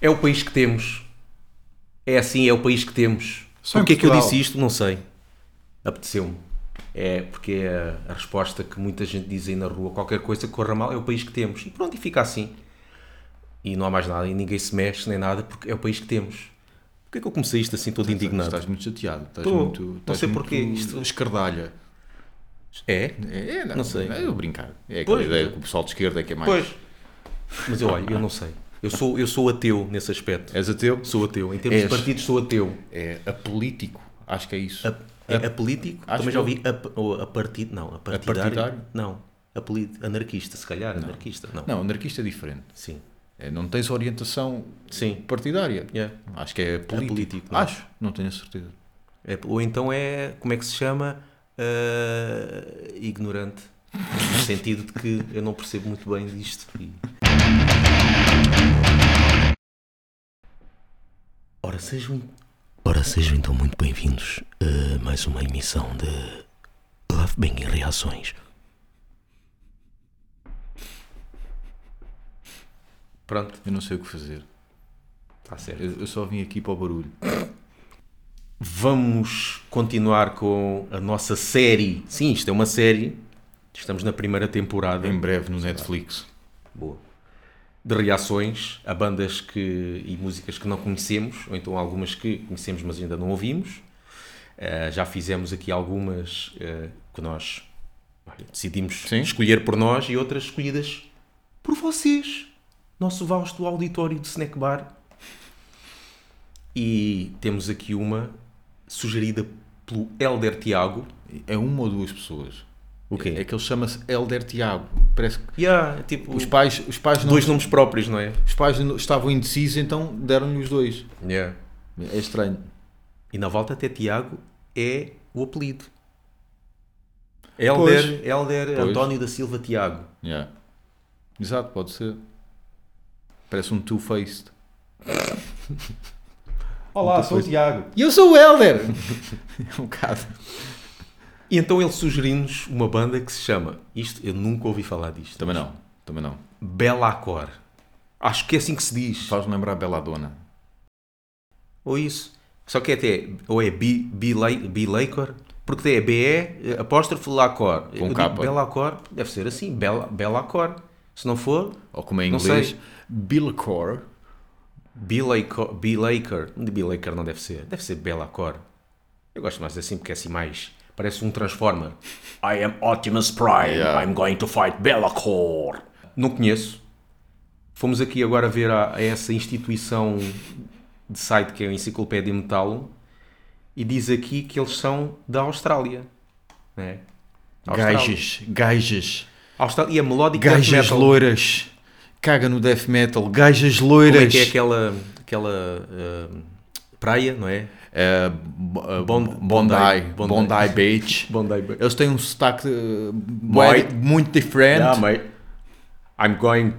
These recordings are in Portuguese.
É o país que temos. É assim, é o país que temos. Só em Porquê é que eu Portugal. disse isto? Não sei. Apeteceu-me. É porque é a- a resposta que muita gente diz aí na rua. Qualquer coisa que corra mal é o país que temos. E pronto, e fica assim. E não há mais nada. E ninguém se mexe nem nada porque é o país que temos. Porquê é que eu comecei isto assim todo indignado? Estás muito chateado. Estás Tô. muito. Não estás sei muito porquê, isto- Escardalha. É? É, é, não, Não sei. É eu brincar. É aquela Pois. ideia que o pessoal de esquerda é que é mais. Pois. Mas eu olho, eu não sei. Eu sou, eu sou ateu nesse aspecto. És ateu? Sou ateu. Em termos És. de partidos, sou ateu. É apolítico. Acho que é isso. A, é apolítico? acho Também que já ouvi a, ou a partido. Não, a partidário. partidário? Não. Apolítico. Anarquista, se calhar. Anarquista. Não. Não, anarquista é diferente. Sim. É, não tens orientação Sim. partidária. Yeah. Acho que é político. político, não é? Acho, não tenho a certeza. É- ou então é. Como é que se chama? Ah, ignorante. No sentido de que eu não percebo muito bem disto. E- Ora, sejam. Ora, sejam então muito bem-vindos a mais uma emissão de Love Bem e Reações. Pronto, Eu não sei o que fazer. está certo. Eu, eu só vim aqui para o barulho. Vamos continuar com a nossa série. Sim, isto é uma série. Estamos na primeira temporada. Em breve no Netflix. Boa. De reações a bandas que, e músicas que não conhecemos, ou então algumas que conhecemos, mas ainda não ouvimos. Eh, já fizemos aqui algumas eh, que nós olha, decidimos Sim. escolher por nós e outras escolhidas por vocês, nosso vasto auditório de Snack Bar. E temos aqui uma sugerida pelo Elder Tiago. É uma ou duas pessoas. O quê? É, que ele chama-se Elder Tiago. Parece que Yeah, tipo, os pais, os pais, não, dois nomes próprios, não é? os pais não- estavam indecisos, então deram-lhe os dois. Yeah. É estranho. E na volta até Tiago é o apelido. É Pois. Elder, Elder Pois. António da Silva Tiago. Yeah. Exato, pode ser. Parece um two-faced. Olá, sou o Tiago. E eu sou o Elder! é um bocado. E então ele sugeriu-nos uma banda que se chama, isto eu nunca ouvi falar disto, Também não, também não. Bela Cor. Acho que é assim que se diz. Faz-me lembrar a Belladonna. Ou isso. Só que é até, ou é Bi- Bilei- Bileicor, porque tem é BE, eh, apóstrofo Lacor. Eu digo capa. Bela Cor, deve ser assim, Bela, Bela Cor. Se não for, Ou como é em Não inglês, sei. Billcore. Bilaker, Bilaker, de Bilaker não deve ser, deve ser Belacor. Eu gosto mais assim porque é assim mais, parece um Transformer. I am Optimus Prime. Yeah. I'm going to fight Bellacor. Não conheço. Fomos aqui agora ver a, a essa instituição de site que é a Enciclopédia Metal e diz aqui que eles são da Austrália. Né? Austrália. Gajas, gajas, Austrália. E a melódica gajas loiras. Caga no death metal, gajas loiras. Como é que é aquela, aquela ah, praia, não é? Eh, bo- eh, Bond- Bondi, Bondi. Bondi Beach. Bondi Bay. Eles têm um sotaque eh, bué- Mike. muito diferente. Yeah, mate. I'm going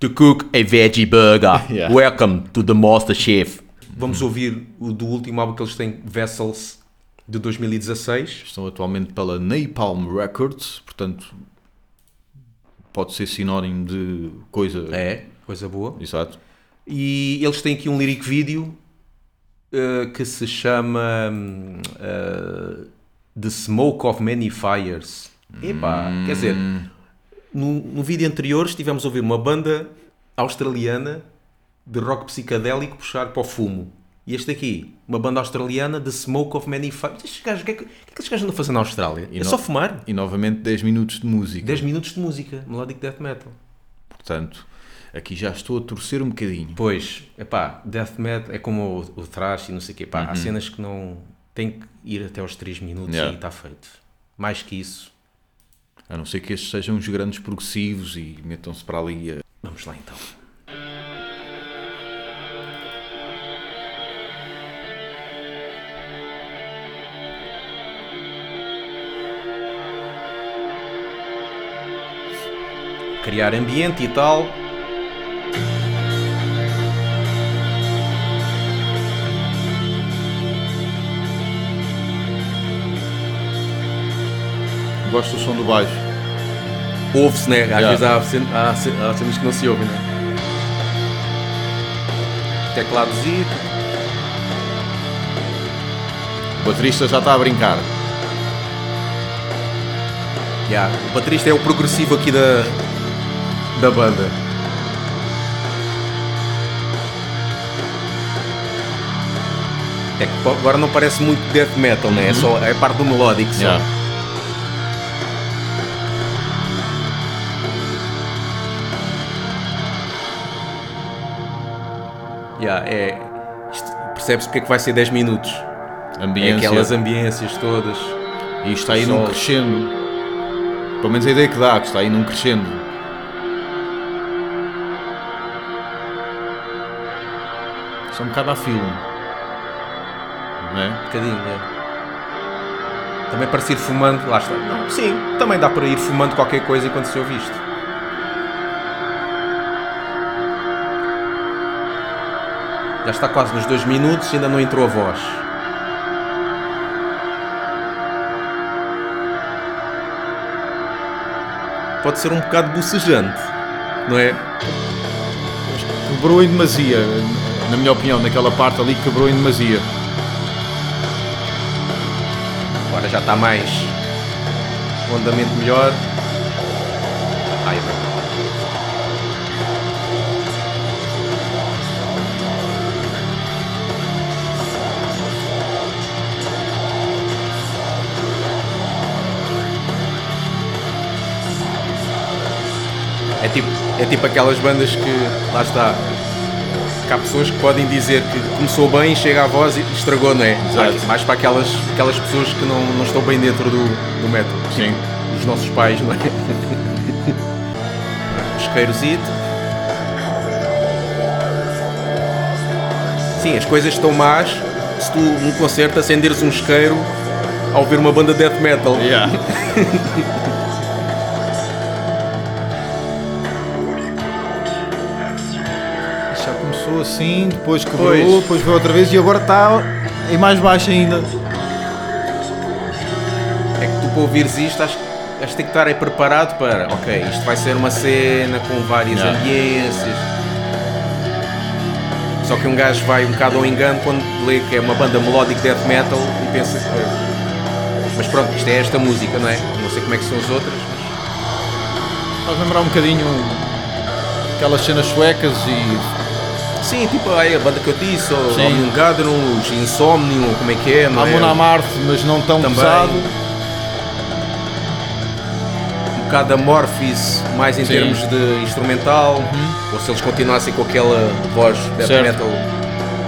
To cook a veggie burger. Yeah. Welcome to the Master Chef. Vamos ouvir o do último álbum que eles têm, Vessels, de 2016. Estão atualmente pela Napalm Records, portanto pode ser sinónimo de coisa. É, coisa boa. Exato. E eles têm aqui um lyric vídeo eh, que se chama hum, eh, The Smoke of Many Fires. Epá, quer dizer, no, no vídeo anterior estivemos a ouvir uma banda australiana de rock psicadélico puxar para o fumo. E este aqui, uma banda australiana, The Smoke of Many Fires. Estes gajos, o que é que, o que, é que estes gajos andam a fazer na Austrália? é não- só fumar? E novamente 10 minutos de música. 10 minutos de música, melodic death metal. Portanto, aqui já estou a torcer um bocadinho. Pois, epá, death metal é como o, o thrash e não sei o quê, pá, há cenas que não... tem que ir até aos 3 minutos Yeah. e está feito. Mais que isso, A não ser que estes sejam os grandes progressivos e metam-se para ali a vamos lá então. Criar ambiente e tal. Gosto do som do baixo. Ouve-se, né? Às Yeah. vezes há cen- há, cen- há cenas que não se ouvem, né? tecladozito. O baterista já está a brincar. Yeah, O baterista é o progressivo aqui da, da banda. É que po- agora não parece muito death metal, né? É só é a parte do melódico só. Yeah. Yeah, é, isto- percebe-se porque é que vai ser 10 minutos. É Ambiência. aquelas ambiências todas. um E está aí num Só- crescendo. Pelo menos a ideia que dá, que está aí num crescendo. Isso é um bocado a filme. Não Um é? bocadinho, é. Também para se ir fumando, lá está. Não, sim, também dá para ir fumando qualquer coisa enquanto se ouve isto. Já está quase nos dois minutos e ainda não entrou a voz. Pode ser um bocado bocejante, não é? Quebrou em demasia, na minha opinião, naquela parte ali quebrou em demasia. Agora já está mais. O andamento melhor. Ai, bem. É tipo, é tipo aquelas bandas que, lá está, que há pessoas que podem dizer que começou bem, chega à voz e estragou, não é? Exato. Mais- Mais para aquelas, aquelas pessoas que não, não estão bem dentro do, do metal. Sim. Os nossos pais, não é? Pesqueirosito. Sim, as coisas estão más se tu num concerto acenderes um isqueiro ao ouvir uma banda de death metal. Yeah. Já começou assim, depois quebrou, Pois. depois foi outra vez e agora está em mais baixo ainda. É que tu para ouvires isto acho, acho que tem que estar aí preparado para ok, isto vai ser uma cena com várias Yeah. ambiências. Só que um gajo vai um bocado ao engano quando lê que é uma banda melódica death metal e pensa que. Mas pronto, isto é esta música, não é? Não sei como é que são as outras. Faz lembrar um bocadinho aquelas cenas suecas e. mas- Sim, tipo aí a banda que eu disse, ou Sim. Omnium os Insomnium, ou como é que é, não é? Amon Amarte, mas não tão Também. pesado. um bocado amorphis, mais em Sim. Uhum. termos de instrumental, ou se eles continuassem com aquela voz death Certo. metal,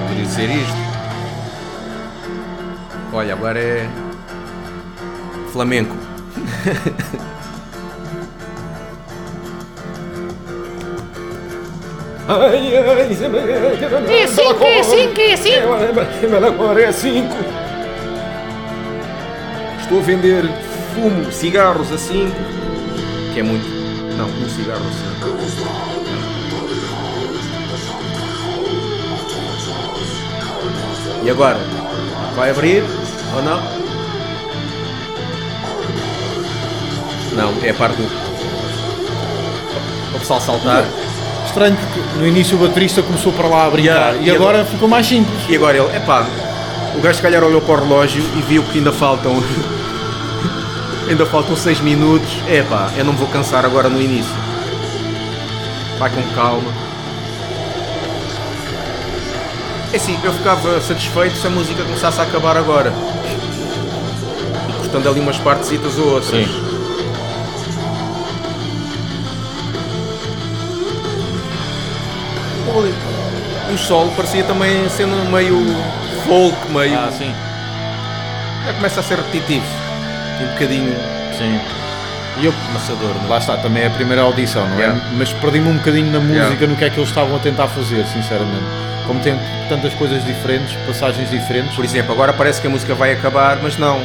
poderia ser isto. Olha, agora é. Flamenco. Ai, ai, se me- que me- É cinco, é cinco, é cinco. que me- Agora é cinco. Estou a vender fumo, cigarros assim. Que é muito. Não, um cigarro assim. E agora? Vai abrir ou não? Não, é a parte do. Para o pessoal saltar. Estranho porque no início o baterista começou para lá a brincar Yeah, e, e agora, agora- ficou mais simples. E agora ele, epá, o gajo se calhar olhou para o relógio e viu que ainda faltam. ainda faltam 6 minutos. Epá, eu não me vou cansar agora no início. Vai com calma. É assim, eu ficava satisfeito se a música começasse a acabar agora. E cortando ali umas partecitas ou outras. Olha, E o solo parecia também sendo meio folk, meio. Ah, sim. Já começa a ser repetitivo. E Um bocadinho Sim. E eu, amassador, não é? lá está, também é a primeira audição, não Yeah. é? Mas perdi-me um bocadinho na música, Yeah. no que é que eles estavam a tentar fazer, sinceramente. Como tem tantas coisas diferentes, passagens diferentes. Por exemplo, agora parece que a música vai acabar, mas não.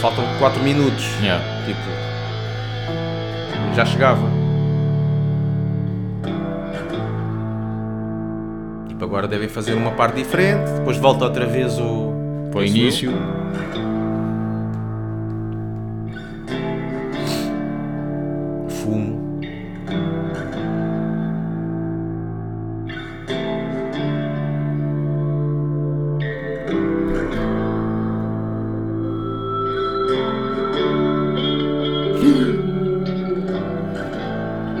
Faltam 4 minutos. Yeah. Tipo. Já chegava. Tipo, agora devem fazer uma parte diferente, depois volta outra vez o. Para o início. Fumo.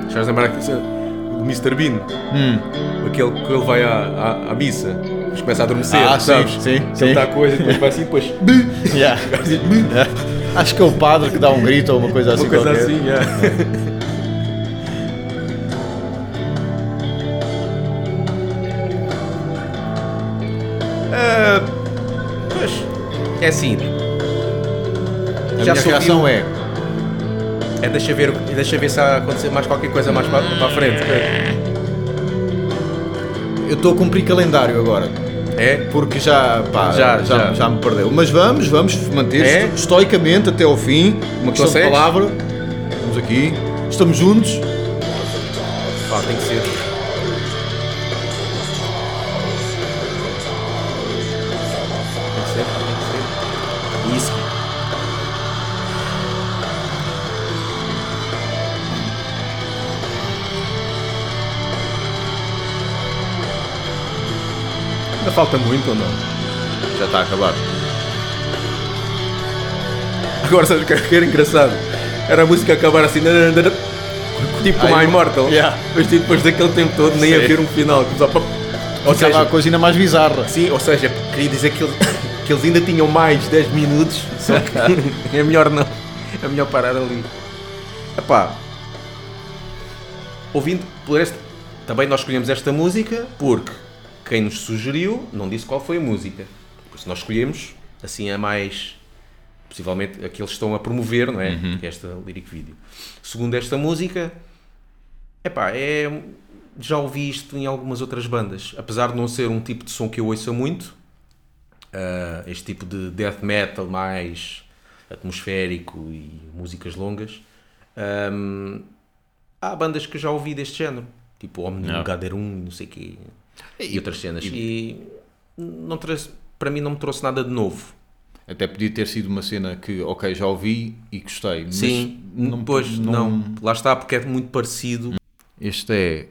Estás a lembrar que- do Mr. Bean? Hum. Aquele que ele vai à, à, à missa, depois começa a adormecer, Ah, sim, sabes? sim, Que sim. Ele um está a coisa, depois vai assim, depois. Yeah. Yeah. Acho que é o padre que dá um grito ou uma coisa assim. Uma coisa qualquer. assim, yeah. Ah, pois, é assim. A Já minha sou reação eu. é. É, deixa ver, deixa ver se há acontecer mais qualquer coisa mais para, para a frente. Eu estou a cumprir calendário agora. É? Porque já, pá, já, Já, já, já. me perdeu. Mas vamos, vamos manter É? esto- estoicamente até ao fim. Uma questão Consegues? de palavra. Estamos aqui. Estamos juntos. Pá, tem que ser. Tem que ser, tem que ser. Isso. Ainda falta muito ou não? Já está a acabar. Agora sabes o que é que era engraçado? Era a música acabar assim, nananana, tipo como a Ai, Immortal. yeah. Mas tipo, depois daquele tempo todo nem Sim. haver um final. que só pop. Ou Ficava seja, a coisa ainda mais bizarra. sim, ou seja, queria dizer que eles, que eles ainda tinham mais 10 minutos, só que é melhor não. É melhor parar ali. Epá, ouvindo por este. Também nós escolhemos esta música porque quem nos sugeriu não disse qual foi a música. Por isso nós escolhemos assim a mais. Possivelmente a que eles estão a promover, não é? Que é Esta lyric video. Segundo esta música, epá, é. Já ouvi isto em algumas outras bandas. Apesar de não ser um tipo de som que eu ouça muito, ah, este tipo de death metal mais atmosférico e músicas longas, ahm, há bandas que eu já ouvi deste género, tipo Omnium, Gaderum, não sei quê, e, outras cenas. E, não trouxe, para mim não me trouxe nada de novo. Até podia ter sido uma cena que, ok, já ouvi e gostei. mas Sim, não- pois não, Lá está, porque é muito parecido. Este é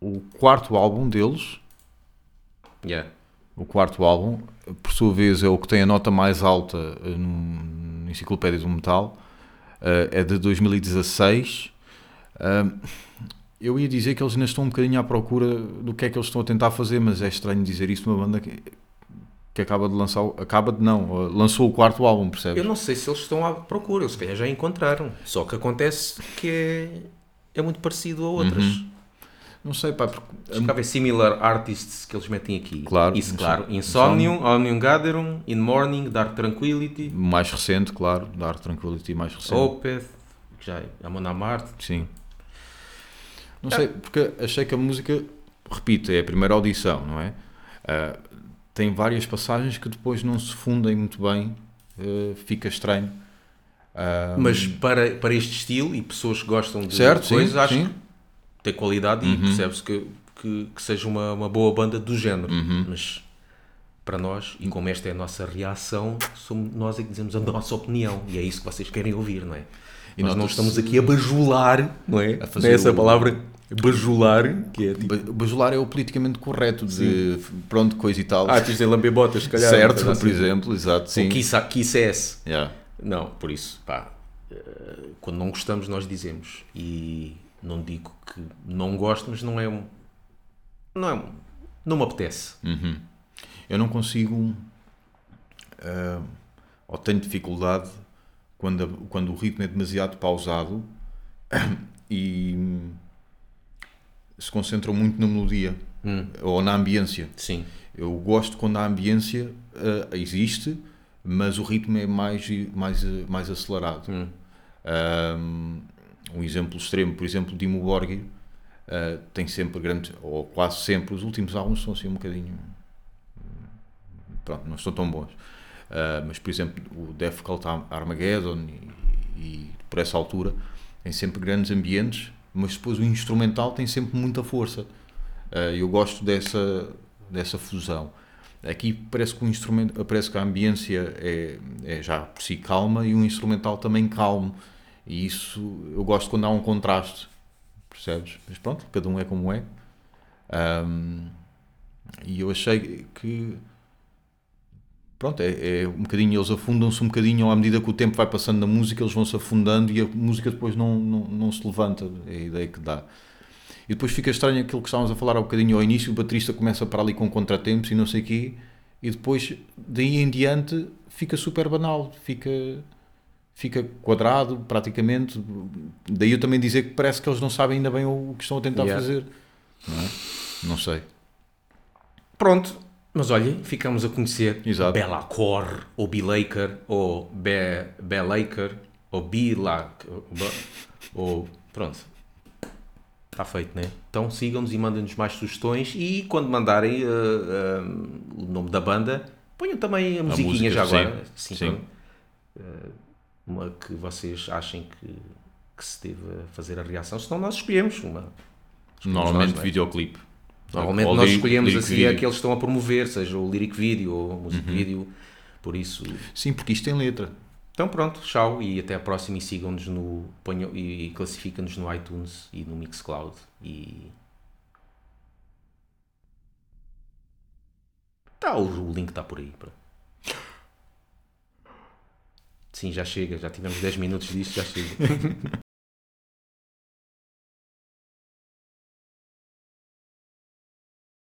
o quarto álbum deles. Yeah. O quarto álbum, por sua vez, é o que tem a nota mais alta eh, no- na Enciclopédia do Metal. Eh, é de 2016. Ah, eu ia dizer que eles ainda estão um bocadinho à procura do que é que eles estão a tentar fazer, mas é estranho dizer isso numa banda que, que acaba de lançar. o- Acaba de não, eh, lançou o quarto álbum, percebes? Eu não sei se eles estão à procura, eles se calhar já encontraram. Só que acontece que é, é muito parecido a outras. Uhum. Não sei, pá, porque Acho que há similar artists que eles metem aqui. Claro, Uhum. Isso, Insom- claro. Insomnium, Omnium Gatherum, In Morning, Dark Tranquility, mais recente, claro, Dark Tranquility mais recente. Opeth, que já é Amon Amarth. Sim. Não sei, porque achei que a música, repito, é a primeira audição, não é? Ah, tem várias passagens que depois não se fundem muito bem, eh, fica estranho. Ah, Mas para, para este estilo e pessoas que gostam de certo, sim, coisas, acho sim. que tem qualidade e percebe-se que, que, que seja uma, uma boa banda do género. Mas para nós, e como esta é a nossa reação, somos nós é que dizemos a nossa opinião e é isso que vocês querem ouvir, não é? E nós não nota-se- estamos aqui a bajular, não é? A A fazer essa o- palavra bajular, que é tipo. Ba- Bajular é o politicamente correto de pronto, coisa e tal. Ah, tens de lamber botas, se calhar. certo, Mas, por assim, exemplo, exato, sim. o Kiss, Kiss S. Yeah. Não, por isso, pá, eh, quando não gostamos, nós dizemos. E não digo que não gosto, mas não é um. Não é um. Não me apetece. Eu não consigo, ah, ou tenho dificuldade, quando, a- quando o ritmo é demasiado pausado e se concentram muito na melodia ou na ambiência. Sim. Eu gosto quando a ambiência ah, existe, mas o ritmo é mais, mais, mais acelerado. Ah, um exemplo extremo, por exemplo, Dimo Borgir ah, tem sempre grande, ou quase sempre, os últimos álbuns são assim um bocadinho pronto, não estão tão bons. Ah, mas, por exemplo, o Death Cult Arm- Armageddon e, e por essa altura tem sempre grandes ambientes, mas depois o instrumental tem sempre muita força. Ah, eu gosto dessa, dessa fusão. Aqui parece que, o instrumento, parece que a ambiência é, é já por si calma e o instrumental também calmo. E isso eu gosto quando há um contraste, percebes? Mas pronto, cada um é como é. Ah, e eu achei que pronto, é, é um bocadinho, eles afundam-se um bocadinho, à medida que o tempo vai passando na música, eles vão-se afundando e a música depois não, não, não se levanta, é a ideia que dá. E depois fica estranho aquilo que estávamos a falar há bocadinho ao início, o baterista começa para ali com contratempos e não sei o quê, e depois, daí em diante, fica super banal, fica fica quadrado praticamente, daí eu também dizer que parece que eles não sabem ainda bem o que estão a tentar Yeah. fazer. Não, é? Não sei. Pronto, mas olhem, ficamos a conhecer Exato. Bela Cor, ou Bilaker, ou Be, Belaker, ou Bilac, ou pronto. Está feito, né? Então sigam-nos e mandem-nos mais sugestões e quando mandarem eh, eh, o nome da banda, ponham também a musiquinha música, já sim, agora. sim. pronto. Eh, uma que vocês achem que, que se deve fazer a reação, senão nós escolhemos uma. Normalmente não é? videoclipe. Normalmente Ou nós lyric- escolhemos lyric assim video. a que eles estão a promover, seja o lyric video ou o music video. Por isso, Sim, porque isto tem letra. então pronto, tchau e até à próxima e sigam-nos no ponham- e classifiquem-nos no iTunes e no Mixcloud e tá, o, o link está por aí. pá. Sim, já chega, já tivemos 10 minutos disto, já chega.